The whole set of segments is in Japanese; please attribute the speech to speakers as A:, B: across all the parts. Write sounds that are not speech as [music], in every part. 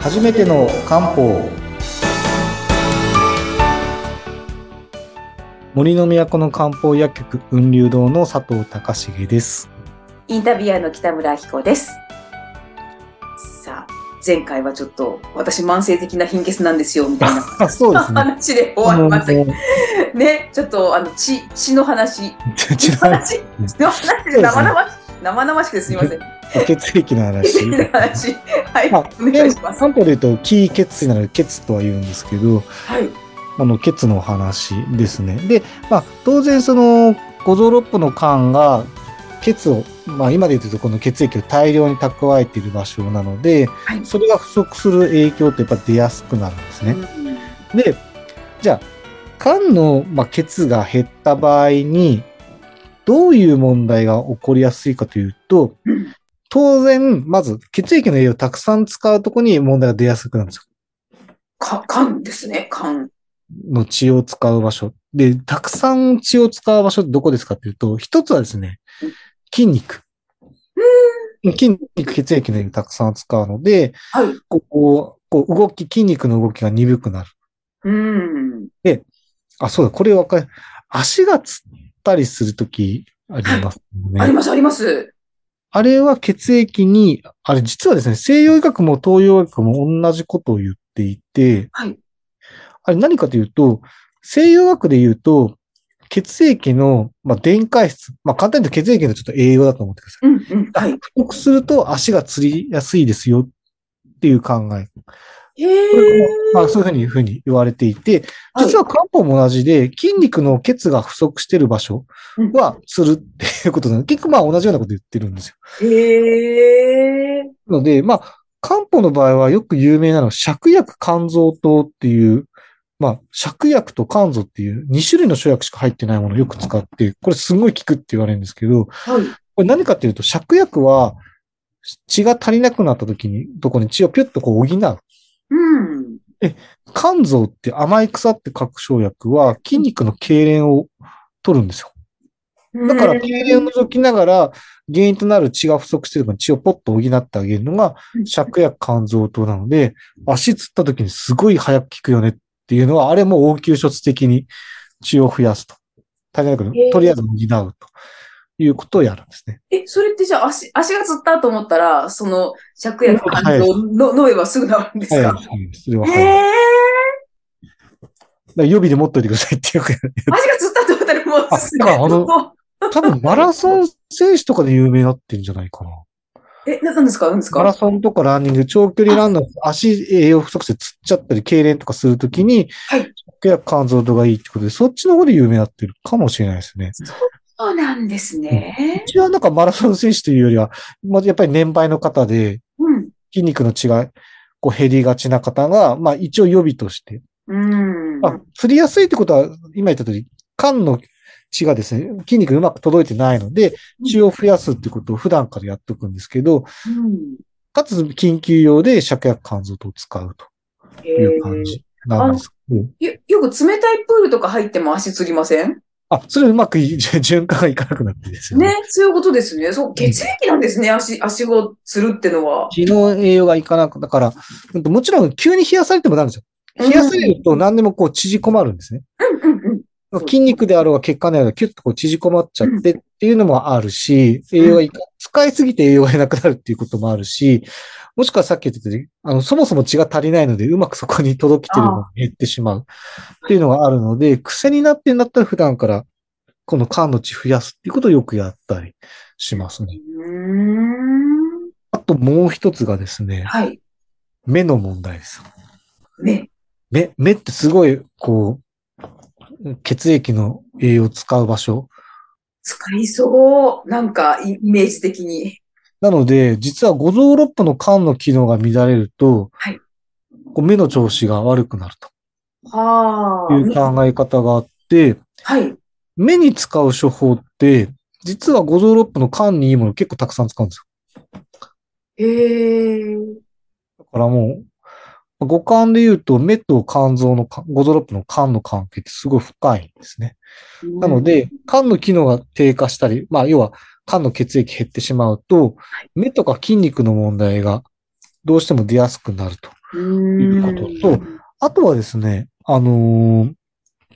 A: 初めての漢方森の都の漢方薬局雲流堂の佐藤隆重です
B: インタビュアーの北村彦です。さあ、前回はちょっと私慢性的な貧血なんですよみたいな
A: あそうですね
B: 話で終わりましたけどね、ちょっとあの血血の話、 [laughs] 血の話、血の話で生々し生々しくてすみません。
A: 血液の話
B: 血の話、 [laughs] はい、
A: まあ
B: お願いします。
A: 漢方で言うと気血水なので血とは言うんですけど
B: はい、
A: あの、ケツの話ですね。で、まあ、当然その、五臓六腑の管が、ケツを、まあ、今で言うとこの血液を大量に蓄えている場所なので、
B: はい
A: それが不足する影響ってやっぱ出やすくなるんですね。
B: うん
A: で、じゃあ、管の、まあ、ケツが減った場合に、どういう問題が起こりやすいかというと、
B: うん
A: 当然、まず血液の栄養をたくさん使うところに問題が出やすくなるんですよ
B: か肝ですね、肝。
A: の血を使う場所。で、たくさん血を使う場所ってどこですかっていうと、一つはですね
B: うん、
A: 筋肉。筋肉、血液のようにたくさん使うので、
B: はい。
A: こう、こう動き、筋肉の動きが鈍くなる。
B: うん。
A: あ、そうだ、これわかる。足がつったりするときありますよ
B: あり
A: ね。
B: ますあります。
A: あれは血液に、あれ実はですね、西洋医学も東洋医学も同じことを言っていて、
B: はい。
A: あれ何かというと、西洋学で言うと、血液の、まあ、電解質。まあ、簡単に言うと血液のちょっと栄養だと思ってください。
B: うんうん。はい。
A: 不足すると足がつりやすいですよっていう考え。
B: へ
A: これ
B: え
A: も。まあ、そういうふうに、ふうに言われていて、実は漢方も同じで、筋肉の血が不足してる場所はつるっていうことなので、結構まあ同じようなこと言ってるんですよ。
B: い。へえ。
A: ので、まあ、漢方の場合はよく有名なのは、芍薬肝臓糖っていう、まあ、芍薬と肝臓っていう2種類の生薬しか入ってないものをよく使って、これすごい効くって言われるんですけど、
B: はい。
A: これ何かっていうと、芍薬は血が足りなくなった時に、どこに血をピュッとこう補う。
B: うん。
A: 肝臓って甘い草って書く生薬は筋肉の痙攣を取るんですよ。だから、
B: うん
A: 痙攣を除きながら、原因となる血が不足してる分、血をポッと補ってあげるのが、芍薬肝臓糖なので、足つった時にすごい早く効くよねっていうのは、あれも応急処置的に血を増やすと。足りなく
B: へー
A: とりあえず補うということをやるんですね。
B: え、それってじゃあ足、足がつったと思ったら、その、芍薬肝臓の、飲めばすぐ治るんです
A: はい、
B: か、
A: はい、それは、
B: へ
A: はい。だか
B: え
A: ら予備で持っといてくださいってよく言われる。
B: ー、足がつったと思ったらもう
A: あ
B: す
A: だからあの
B: ぐ。
A: 多分マラソン選手とかで有名になってんじゃないかな。
B: え、な、なんですかなんです
A: マラ
B: か
A: ソンとかランニング、長距離ランナー、足栄養不足でつっちゃったり、痙攣とかするときに、
B: はい
A: 芍薬肝臓度がいいってことで、そっちの方で有名になってるかもしれないですね。
B: そうなんですね
A: う。ちはなんかマラソン選手というよりは、まあ、やっぱり年配の方で、
B: うん。
A: 筋肉の血がこう減りがちな方が、まあ一応予備として。
B: うん。
A: まあ、釣りやすいってことは、今言った通り、肝の血がですね、筋肉がうまく届いてないので、血を増やすってことを普段からやっておくんですけど、
B: うん。
A: かつ緊急用で芍薬肝臓と使うと。
B: へえ
A: いう感じなんですけど。
B: よ、よく冷たいプールとか入っても足つりません
A: あ、それうまくい [laughs] 循環がいかなくなってですよね。
B: ね、そういうことですね。そう、血液なんですね、足、足をつるってのは。
A: 血の栄養がいかなく、だから、うんともちろん急に冷やされてもなるんですよ。冷やされると何でもこう縮こまるんですね。
B: うんうんうん。うん
A: 筋肉であろうが血管であろうがキュッとこう縮こまっちゃってっていうのもあるし、栄養がいか、使いすぎて栄養がなくなるっていうこともあるし、もしくはさっき言ってたようにあの、そもそも血が足りないので、うまくそこに届きてるのが減ってしまうっていうのがあるので、癖になってんだったら普段から、この肝の血増やすっていうことをよくやったりしますね。
B: うーん。
A: あともう一つがですね、
B: はい。
A: 目の問題です。
B: ね。
A: 目、目ってすごい、こう、血液の栄養を使う場所
B: 使いそう。なんか、イメージ的に。
A: なので、実は五臓六腑の肝の機能が乱れると、
B: はい
A: こう目の調子が悪くなる
B: は
A: という考え方があって、
B: はい。
A: 目に使う処方って、実は五臓六腑の肝にいいもの結構たくさん使うんです
B: えー。
A: よ。だからもう、五感で言うと、目と肝臓のか、五臓六腑の肝の関係ってすごい深いんですね。なので、肝の機能が低下したり、まあ、要は、肝の血液減ってしまうと、目とか筋肉の問題がどうしても出やすくなると
B: いう
A: いうことと、あとはですね、あのー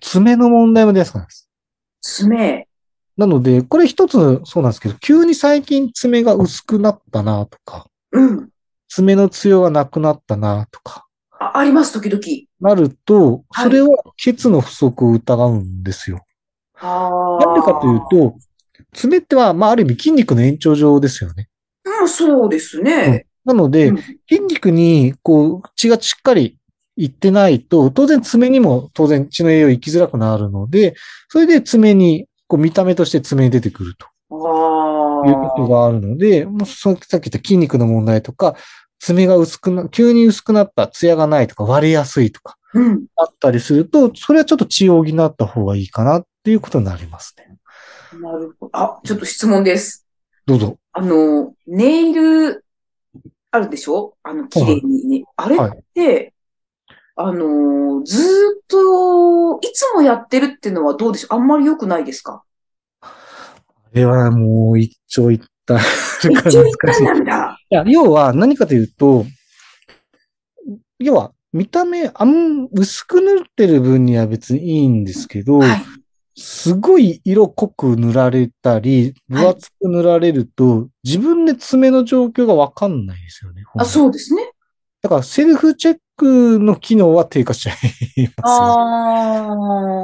A: 爪の問題も出やすくなります。
B: 爪。
A: なので、これ一つそうなんですけど、急に最近爪が薄くなったなとか、
B: うん。
A: 爪の強がなくなったなとか、
B: ああります、時々。
A: なると、
B: は
A: そ
B: い
A: れは血の不足を疑うんですよ。
B: ああ。
A: なんでかというと、爪っては、まあ、ある意味筋肉の延長上ですよね。
B: うん、そうですね。
A: なので、
B: うん
A: 筋肉に、こう、血がしっかりいってないと、当然爪にも当然血の栄養行きづらくなるので、それで爪に、こう見た目として爪に出てくると
B: ああ。
A: いうことがあるので、もうそのさっき言った筋肉の問題とか、爪が薄くな、急に薄くなった、艶がないとか割れやすいとか、
B: うん。
A: あったりすると、それはちょっと血を補った方がいいかなっていうことになりますね。
B: なるほど。あ、ちょっと質問です。
A: どうぞ。
B: あの、ネイル、あるでしょあの、綺麗にね。あれって、あの、ずーっと、いつもやってるっていうのはどうでしょうあんまり良くないですか
A: では、もう一長一短。
B: 一
A: 難し
B: 応一回
A: い。い
B: なんだ。
A: や、要は何かというと、要は見た目、あん、薄く塗ってる分には別にいいんですけど、
B: はい。
A: すごい色濃く塗られたり、
B: はい
A: 分厚く塗られると、自分で爪の状況がわかんないですよね。
B: あ、
A: う。
B: そうですね。
A: だからセルフチェックの機能は低下しちゃいますよね。
B: あ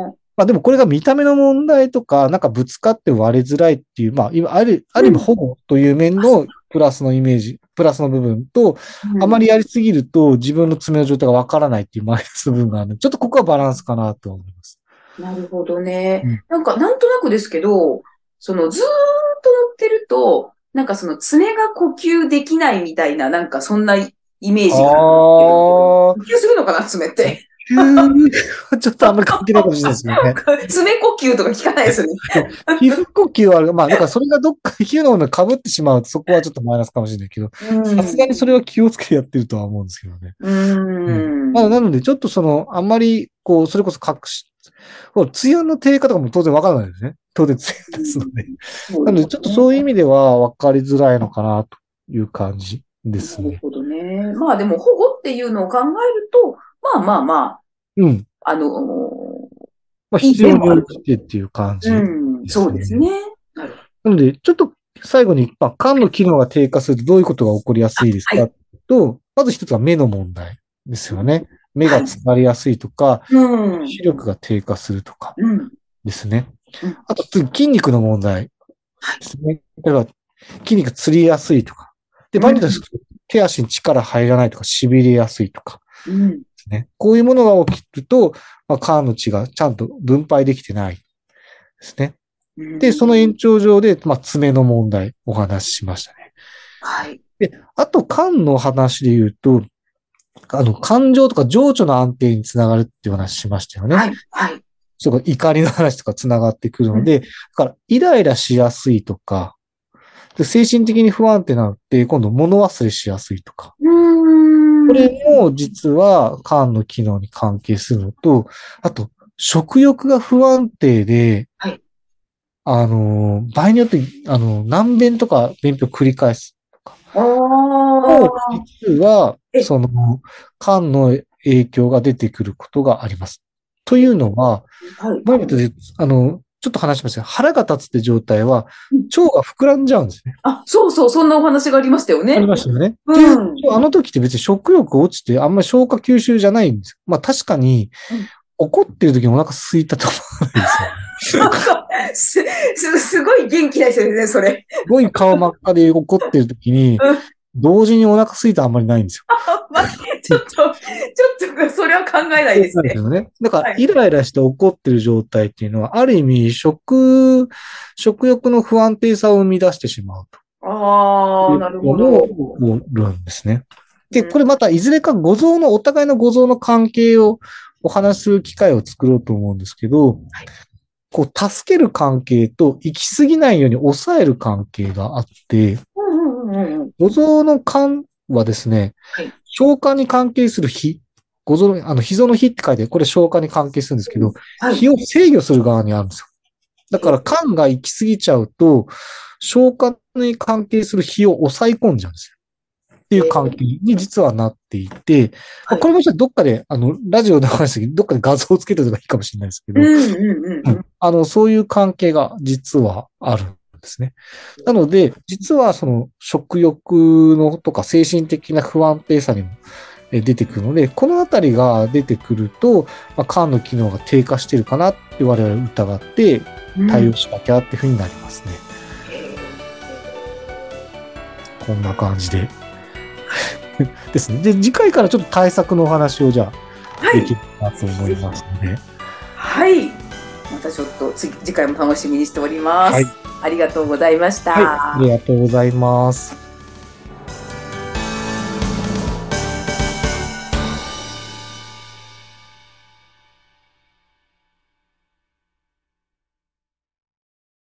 B: あ。
A: まあでもこれが見た目の問題とか、なんかぶつかって割れづらいっていう、まあ、いわある、ある意味保護という面のプラスのイメージ、プラスの部分と、あまりやりすぎると自分の爪の状態がわからないっていうマイナス部分があるので、ちょっとここはバランスかなと思います。
B: なるほどね。
A: うん
B: なんか、なんとなくですけど、その、ずーっと乗ってると、なんかその、爪が呼吸できないみたいな、なんか、そんなイメージがあ
A: ああ、
B: るんですけど。呼吸するのかな、爪って。
A: 急には [laughs] ちょっとあんまり関係ないかもしれないですけ
B: [laughs]
A: どね。
B: 爪呼吸とか聞かないですよね。
A: 皮膚呼吸はある、まあ、だからそれがどっか皮膚のものに被ってしまうと、そこはちょっとマイナスかもしれないけど、さすがにそれは気をつけてやってるとは思うんですけどね。
B: うん。
A: まあ、なので、ちょっとその、あんまり、こう、それこそ隠し、ほら、艶の低下とかも当然わからないですね。当然艶ですので。
B: そう
A: なの
B: い
A: で、
B: う
A: ちょ
B: こ
A: っ
B: と
A: と
B: ね
A: そういう意味では分かりづらいのかな、という感じです
B: なる
A: ね。
B: ほどね。まあ、でも、保護っていうのを考えると、まあまあま
A: うん。
B: あ、あの
A: まあ、
B: いい
A: 必要に応じてっていう感じ。
B: ー、うん、そうですね。なるほど。
A: なので、ちょっと最後に、まあ、肝の機能が低下するとどういうことが起こりやすいです
B: は
A: かと、まず一つは目の問題ですよね。目が疲れやすいとか、
B: うん。
A: 視力が低下するとか。
B: うん。
A: ですね
B: うん。
A: あと次、筋肉の問題ですね。例えば、筋肉つりやすいとか。で、
B: うん
A: 場合によっては手足に力入らないとか、痺れやすいとか
B: うん。
A: ですね。こういうものが起きると、まあ、肝の血がちゃんと分配できてないですね。で、その延長上で、まあ、爪の問題、お話ししましたね。
B: はい。
A: あと、肝の話で言うと、あの、感情とか情緒の安定につながるっていう話しましたよね。
B: はい。はい。
A: そうか、怒りの話とか繋がってくるので、だから、イライラしやすいとか、で精神的に不安定なのって、今度物忘れしやすいとか。
B: うん。
A: これも実は肝の機能に関係するのと、あと、食欲が不安定で、
B: はい
A: あの、場合によって、あの、難便とか便秘を繰り返す
B: あ
A: と
B: あ。、
A: 実は
B: え、
A: その、肝の影響が出てくることがあります。というのは、
B: はい。
A: 前も言ったあの、ちょっと話しましたが腹が立つって状態は
B: うん、
A: 腸が膨らんじゃうんですね。
B: あ、そうそう、そんなお話がありましたよね。
A: ありましたよね。
B: うん。
A: あの時って別に食欲落ちてあんまり消化吸収じゃないんですよ。まあ確かに
B: うん、
A: 怒ってる時にお腹空いたと思うんですよ。
B: [laughs] なんか [laughs] す、す、すごい元気な人ですね、それ。
A: すごい顔真っ赤で怒ってる時に
B: うん、
A: 同時にお腹空いたあんまりないんですよ。
B: あまあ、ちょっと、ちょっと、それは考えないです
A: そうなんで
B: ね
A: す。よね。だか
B: は
A: ら、
B: い
A: イライラして怒ってる状態っていうのは、ある意味、食、食欲の不安定さを生み出してしまうと。
B: ああ、なるほ
A: も
B: ど。
A: のをるんですね。で、
B: うん
A: これまたいずれか五臓の、お互いの五臓の関係をお話しする機会を作ろうと思うんですけど、
B: はい
A: こう、助ける関係と行き過ぎないように抑える関係があって、
B: うんうんうんうん。
A: 五臓の肝はですね、
B: はい
A: 消化に関係する脾、五臓の、あの、脾臓の脾って書いて、これ消化に関係するんですけど、
B: はい。
A: 火を制御する側にあるんですよ。だから、肝が行き過ぎちゃうと、消化に関係する火を抑え込んじゃうんですよ。っていう関係に実はなっていて、
B: はい
A: これもちょっとどっかで、あの、ラジオで話したけど、どっかで画像をつけておけばいいかもしれないですけど、
B: うんうんうん。
A: あの、そういう関係が実はあるんですね。なので、実はその食欲のとか精神的な不安定さにもえ出てくるので、このあたりが出てくると、まあ、肝の機能が低下してるかなって我々疑って対応しなきゃっていうふうになりますね。こんな感じで。 [laughs] ですね。で、次回からちょっと対策のお話をじゃ
B: は
A: あ、でき
B: い。
A: るかなと思いますので。
B: はい。またちょっと次次回も楽しみにしております。
A: はい
B: ありがとうございました。
A: はい、ありがとうございます。